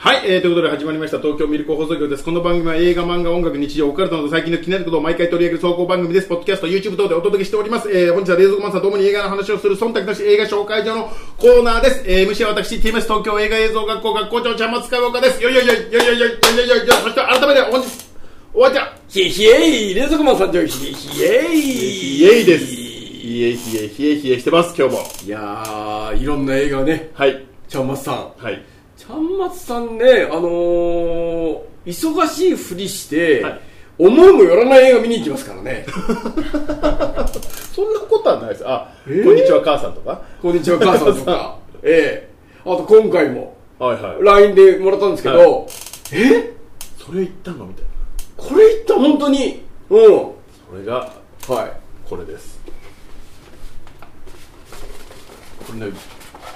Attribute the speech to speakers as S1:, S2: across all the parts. S1: はい、えー、ということで始まりました東京ミルク放送局です。この番組は映画、漫画、音楽、日常、オカルトなど最近の気になることを毎回取り上げる総合番組です。ポッドキャスト、YouTube 等でお届けしております。えー、本日は冷蔵マンさんともに映画の話をする忖度なし映画紹介所のコーナーです。えー、MC は私、TMS 東京映画映像学校学校長、ちゃんまつか岡です。よいよいよいよいよいよいよいよいよいよそして改めて本日、おわちゃん、
S2: ひえひえい冷蔵庫マンさんじゃひえひえい
S1: イエイです。イエイイエイイエイイエイしてます、今日も。
S2: いやーいろんな映画ね
S1: はい。
S2: ちゃんまつさん
S1: はい。
S2: ちゃんまつさんねあのー、忙しいふりして、
S1: はい
S2: 思いもよらない映画見に行きますから ね
S1: そんなことはないです。あ、
S2: えー
S1: こんにちは、母さんとか。
S2: こんにちは母さんと かええあと今回も
S1: はいはい。
S2: LINE でもらったんですけど、
S1: は
S2: え
S1: それ言ったのみたいな。
S2: これいった本当にうん
S1: それが、
S2: はい
S1: これですこれね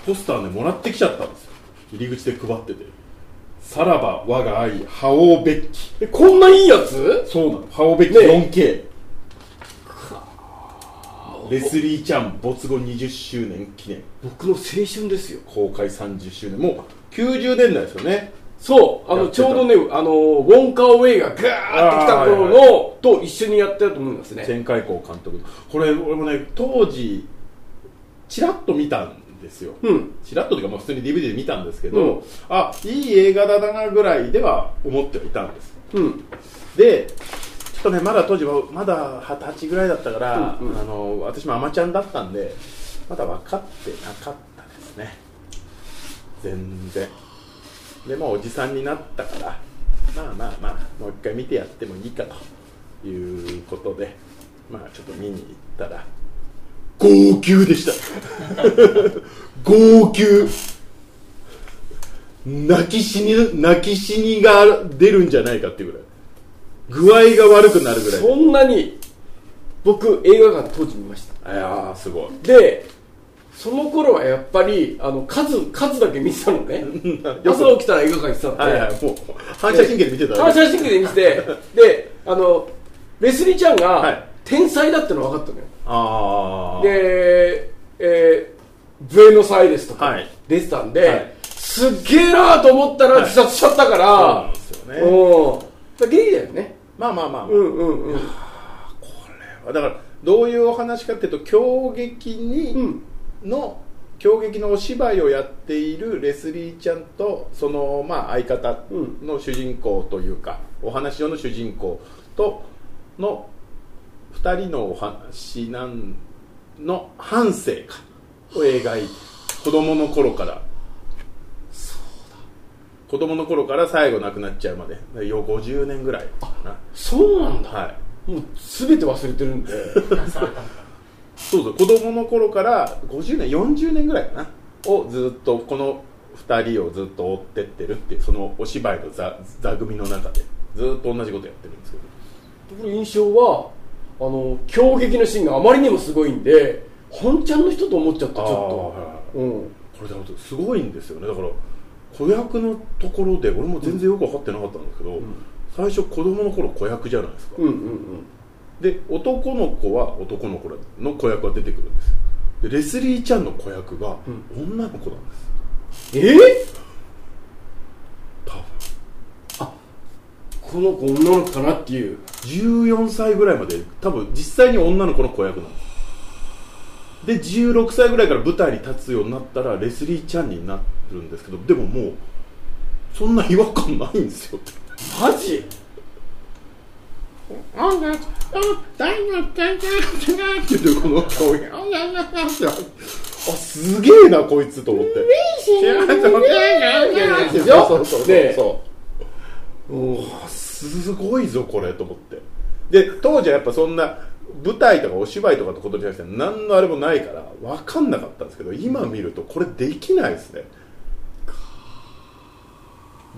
S1: ポスターねもらってきちゃったんですよ入り口で配ってて「さらば我が愛覇王べッキ
S2: えこんないいやつ」
S1: そうなの覇王べッキ
S2: ね
S1: 4K、レスリーちゃん没後20周年記念
S2: 僕の青春ですよ
S1: 公開30周年もう90年代ですよね
S2: そう、あ
S1: や
S2: の、
S1: って
S2: ち
S1: た
S2: ょうどね、あの、ウォンカーウェイがガーってきた頃
S1: あーは
S2: の、と一緒にやってたと思いますね。
S1: 前回校監督これ俺もね当時ちらっと見たんですよ、
S2: うん。
S1: ちらっとというか、まあ、普通に DVD で見たんですけど、
S2: うん
S1: あいい映画だなぐらいでは思ってはいたんです
S2: うん。
S1: でちょっとねまだ当時はまだ二十歳ぐらいだったから、
S2: うんうん
S1: あの私もアマちゃんだったんでまだ分かってなかったですね全然でもうおじさんになったからまあまあまあもう一回見てやってもいいかということでまあちょっと見に行ったら号泣でした号泣泣き死に泣き死にが出るんじゃないかっていうぐらい具合が悪くなるぐらい
S2: そんなに、僕、映画館当時見ました。
S1: いやーすごい
S2: で、その頃はやっぱり、あの、数、数だけ見てたの ね。朝起きたら映画館行ってたのね。
S1: はいはいもう反射神経で見てた
S2: 反射神 経で見てて、で、あの、レスリーちゃん
S1: は
S2: が
S1: い、
S2: 天才だっての分かったのよ。
S1: ああ
S2: で、えー、ブエノサイレスと
S1: は
S2: か
S1: い
S2: 出てたんで、
S1: はい
S2: すっげえなーと思ったら
S1: はい
S2: 自殺しちゃったから、
S1: そうなんですよね
S2: うんだからゲイだよね。
S1: まあまあまあ、
S2: うんうんうん。
S1: だからどういうお話かっていうと狂劇に、
S2: うん
S1: の狂劇のお芝居をやっているレスリーちゃんとそのまあ相方の主人公というか、お話上の主人公との2人のお話なんの半生かを描いて子供の頃から子供の頃から最後亡くなっちゃうまでよ50年ぐらいか
S2: そうなんだ。
S1: なはい
S2: もう全て忘れてるんで。
S1: そうそう子供の頃から50年40年ぐらいかなをずっとこの2人をずっと追ってってるっていうそのお芝居の座座組の中でずっと同じことやってるんですけど
S2: 僕の印象は、あの、狂撃のシーンがあまりにもすごいんで、本ちゃんの人と思っちゃった、ち
S1: ちょ
S2: ょ
S1: っ
S2: っと。うん。
S1: とこれだとすごいんですよねだから子役のところで俺も全然よく分かってなかったんですけど、最初子供の頃子役じゃないですか、
S2: うんうん
S1: で男の子は男の子の子役が出てくるんですよでレスリーちゃんの子役が女の子なんです、
S2: うん。えー、
S1: 多分
S2: この子女の子かなっていう。
S1: 14歳ぐらいまで多分実際に女の子の子役なので16歳ぐらいから舞台に立つようになったらレスリーちゃんになるんですけどでももうそんな違和感ないんですよ
S2: マジ
S1: 音楽と大学大学大学って言ってこの顔があすげえなこいつと思って
S2: でしょ
S1: そうそうそう
S2: ね
S1: そう
S2: うん。
S1: すごいぞこれと思ってで当時はやっぱそんな舞台とかお芝居とかってことじゃなくて何のあれもないから分かんなかったんですけど今見るとこれできないですね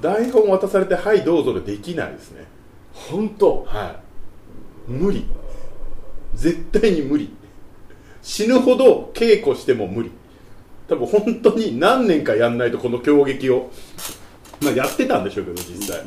S1: 台本渡されて「はいどうぞ」でできないですね
S2: 本当
S1: はい無理絶対に無理死ぬほど稽古しても無理多分本当に何年かやんないとこの狂劇を、まあ、やってたんでしょうけど実際、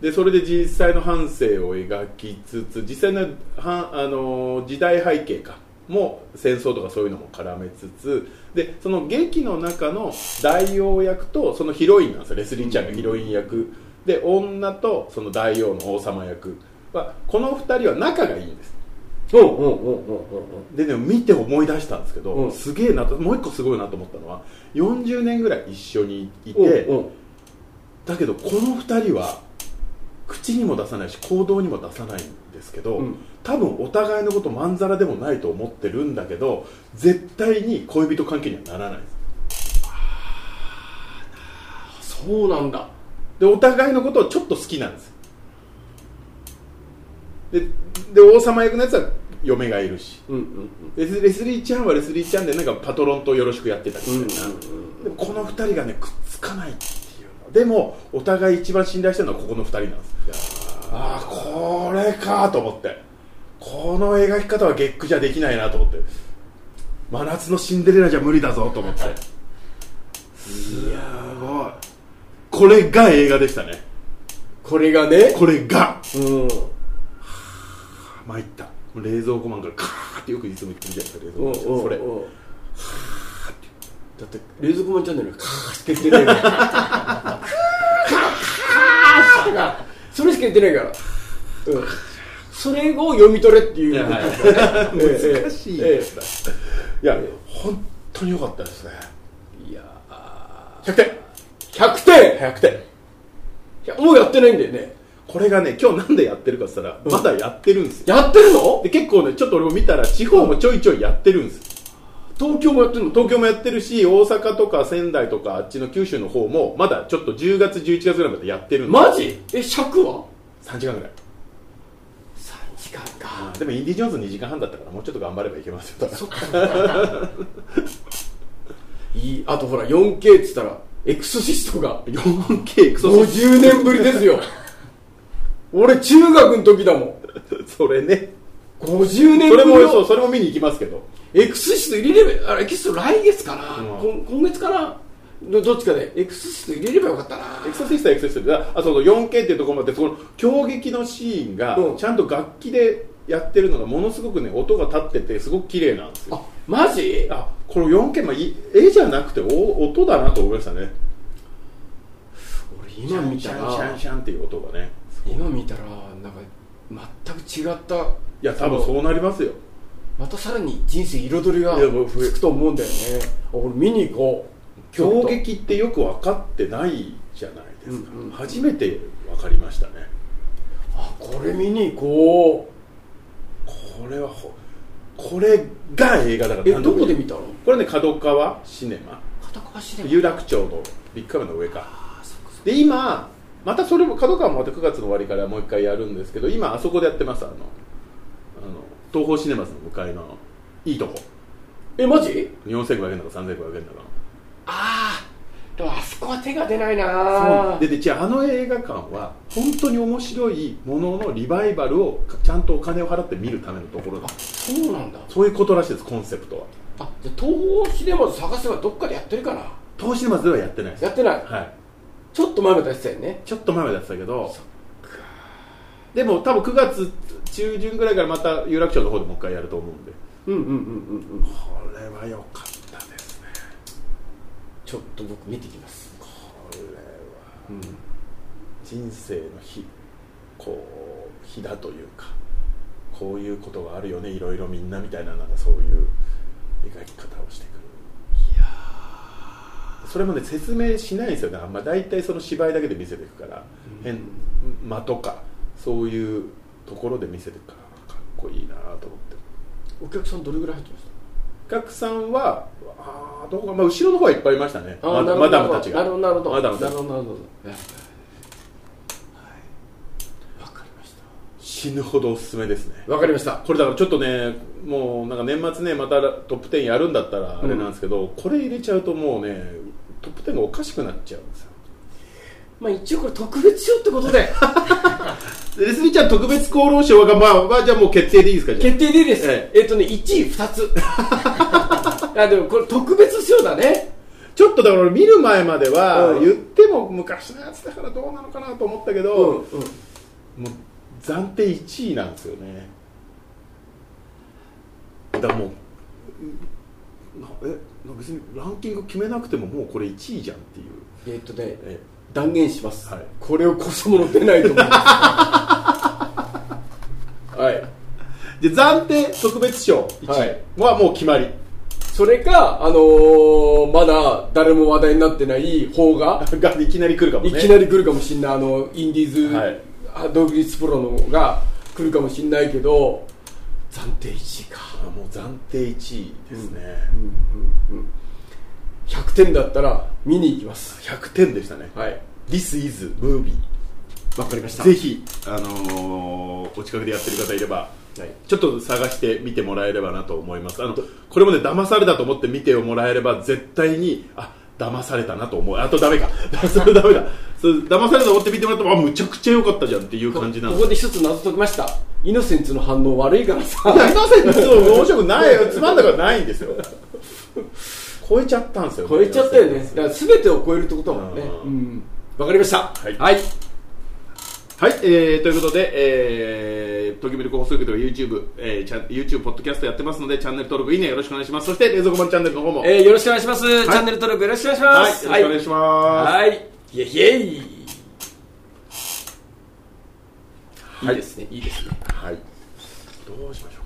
S1: でそれで実際の半生を描きつつ実際のはあのー時代背景かも戦争とかそういうのも絡めつつでその劇の中の大王役とそのヒロインなんですよレスリーちゃんがヒロイン役で女とその大王の王様役はこの2人は仲がいいんです
S2: おうおうおうおうおうおう
S1: でね見て思い出したんですけど、
S2: うん
S1: すげえなともう一個すごいなと思ったのは40年ぐらい一緒にいて
S2: おうおう
S1: だけどこの2人は口にも出さないし行動にも出さないんですけど、
S2: うん
S1: 多分お互いのことまんざらでもないと思ってるんだけど絶対に恋人関係にはならないです
S2: そうなんだ
S1: でお互いのことをちょっと好きなんですでで王様役のやつは嫁がいるし
S2: うんうん
S1: レスレスリーちゃんはレスリーちゃんでなんかパトロンとよろしくやってたり
S2: うんうんう
S1: みたいな、
S2: ん
S1: でもこの2人がねくっつかないっていうのでもお互い一番信頼してるのはここの2人なんですああこれかと思ってこの描き方はゲックじゃできないなと思って真夏のシンデレラじゃ無理だぞと思っていやーすごいこれが映画でしたね
S2: これがね
S1: これが
S2: うん
S1: 参った冷蔵庫マンからカーってよくいつも言ってるじゃないですか冷
S2: お
S1: 蔵庫マン
S2: うおう
S1: それ
S2: おうだって冷蔵庫マンチャンネルがカーしか言ってないからカーカーしかそれしか言ってないからうんそれを読み取れっていう
S1: 難しい
S2: えええ
S1: ですねいや本当に良かったですね
S2: えいや
S1: 100点
S2: 100点
S1: 100点
S2: いやもうやってないんだよね
S1: これがね今日なんでやってるかって言ったら、まだやってるんですよ
S2: やってるの
S1: で結構ねちょっと俺も見たら地方もちょいちょいやってるんですよ
S2: 東京もやってるの
S1: 東京もやってるし大阪とか仙台とかあっちの九州の方もまだちょっと10月11月ぐらいまでやってるんで
S2: マジえ尺は
S1: 3時間ぐらい
S2: ?3 時間
S1: あ
S2: か
S1: でもインディ・ジョーンズ2時間半だったからもうちょっと頑張ればいけますよ
S2: そっかいいあとほら 4K っつったらエクソシストが
S1: 4K エクソシ
S2: 50年ぶりですよ俺中学の時だもん
S1: ストそれね
S2: 50年
S1: そ
S2: ぶ
S1: れ
S2: り
S1: もそう
S2: の
S1: それも見に行きますけど
S2: エクソシスト入れればあエクソシスト来月かな、
S1: うん
S2: こん今月かなどどっちかでエクソシスト入れればよかったな
S1: エクソシストはエクソシストであそうそう 4K っていうところまでその衝撃のシーンが
S2: うん
S1: ちゃんと楽器でやってるのがものすごくね音が立っててすごく綺麗なんですよ
S2: あマジ
S1: あこの 4K、まあ、い絵じゃなくてお音だなと思いましたね
S2: 俺今見
S1: シ
S2: た
S1: ャンシャン
S2: ら
S1: シャンっていう音がね
S2: 今見たらなんか全く違った
S1: いや多分そうなりますよ
S2: またさらに人生彩りが
S1: いやもう増え
S2: つくと思うんだよねあ俺見に行こう
S1: 衝
S2: ちょっ
S1: 撃ってよく分かってないじゃないですか、
S2: うんうん
S1: 初めて分かりましたね
S2: とあこれ見に行こ
S1: これはほこれが映画だか
S2: うえ
S1: ら何
S2: どこ
S1: も
S2: で
S1: 言う
S2: 見たの
S1: これね角川シネマ
S2: 片川市で
S1: 有楽町のビッグカメラの上かで今またそれも角川もまた9月の終わりからもう一回やるんですけど今あそこでやってますあのあの東宝シネマズの向かいのいいとこ
S2: えマジ
S1: 4500円だか3500円だか
S2: ああでもあそこは手が出ないな
S1: そうででじゃああの映画館は本当に面白いもののリバイバルをかちゃんとお金を払って見るためのところだ
S2: あそうなんだ
S1: そういうことらしいですコンセプトは
S2: あじゃあ東宝シネマズ探せばどっかでやってるかな
S1: 東シネマズではやってないです、
S2: やってない
S1: はい、
S2: ちょっと前の出したよね
S1: ちょっと前までやってたけどでも多分9月中旬ぐらいからまた有楽町の方でもう一回やると思うんで
S2: うんうんうんうんうん
S1: これは良かったですね
S2: ちょっと僕見てきます
S1: これは人生の日こう日だというかこういうことがあるよねいろいろみんなみたいななんかそういう描き方をしてくるそれもね説明しないんですよねあんま大体その芝居だけで見せていくから、
S2: うん
S1: 変間とかそういうところで見せていくからかっこいいなと思って
S2: お客さんどれぐらい入ってまし
S1: お客さんはあーどこか、まあ、後ろの方はいっぱいいましたね
S2: た
S1: ま
S2: あーなるほ
S1: マ
S2: ど
S1: ダムたちが
S2: なるほどなるほど
S1: マダムた
S2: な
S1: ち
S2: るほどなるほどやっぱはいわかりまし
S1: 死ぬほどおすすめですね
S2: たわかりました
S1: これだからちょっとねもうなんか年末ねまたトップ10やるんだったらあれなんですけど、これ入れちゃうともうねトップ10がおかしくなっちゃうんですよ
S2: まあ一応これ特別賞ってことで
S1: でレスリーちゃん特別厚労省がまあ、まあ、じゃあもう決定でいいですかじゃあ
S2: 決定でいいです
S1: え
S2: えっ、とね1位2つ あでもこれ特別賞だね
S1: ちょっとだから俺見る前までは、
S2: うん
S1: 言っても昔のやつだからどうなのかなと思ったけ
S2: う
S1: ど、
S2: んうん
S1: もう暫定1位なんですよねだからもうなえな別にランキング決めなくてももうこれ1位じゃんっていう
S2: えーっとね
S1: え
S2: 断言します、
S1: はい
S2: これをこそもの出ないと思 いますはい
S1: で暫定特別賞1位はもう決ま り、
S2: それか、あのーまだ誰も話題になってない方が
S1: がいきなり来るかもね
S2: いきなり来るかもしんないあのインディーズ、
S1: はい
S2: あ独立プロの方が来るかもしんないけど暫定1位か、
S1: あもう暫定1位ですね、
S2: うんうん、100点だったら見に行きます
S1: 100点でしたね、
S2: はい
S1: This is movie
S2: わかりました
S1: ぜひ、あのーお近くでやってる方いれば
S2: はい、
S1: ちょっと探して見てもらえればなと思いますあのこれもね騙されたと思って見てもらえれば絶対にあ騙されたなと思うあとダメか それダメだそれ騙されたと思って見てもらってもあむちゃくちゃ良かったじゃんっていう感じなの
S2: ここで一つ謎解きましたイノセンツの反応悪いか らさ
S1: 大のせいですよ面白くない よつまんだからないんですよ超えちゃったんですよ
S2: 超えちゃったよねだから全てを超えるってことだもんね
S1: う
S2: うんわかりました
S1: はい
S2: はい、
S1: はい、えーということで、えー、東京ミルク放送局では YouTube、えーチャン、YouTube、ポッドキャストやってますので、チャンネル登録、いいねよろしくお願いします。そして、冷蔵庫マンチャンネルの方も、
S2: えーよろしくお願いします、チャンネル登録よろしくお願
S1: はいい、
S2: しま
S1: よろ
S2: す、
S1: しくお願いします。
S2: はい。イェイイェイ。いいですね、いいですね。
S1: はい、どうしましょう。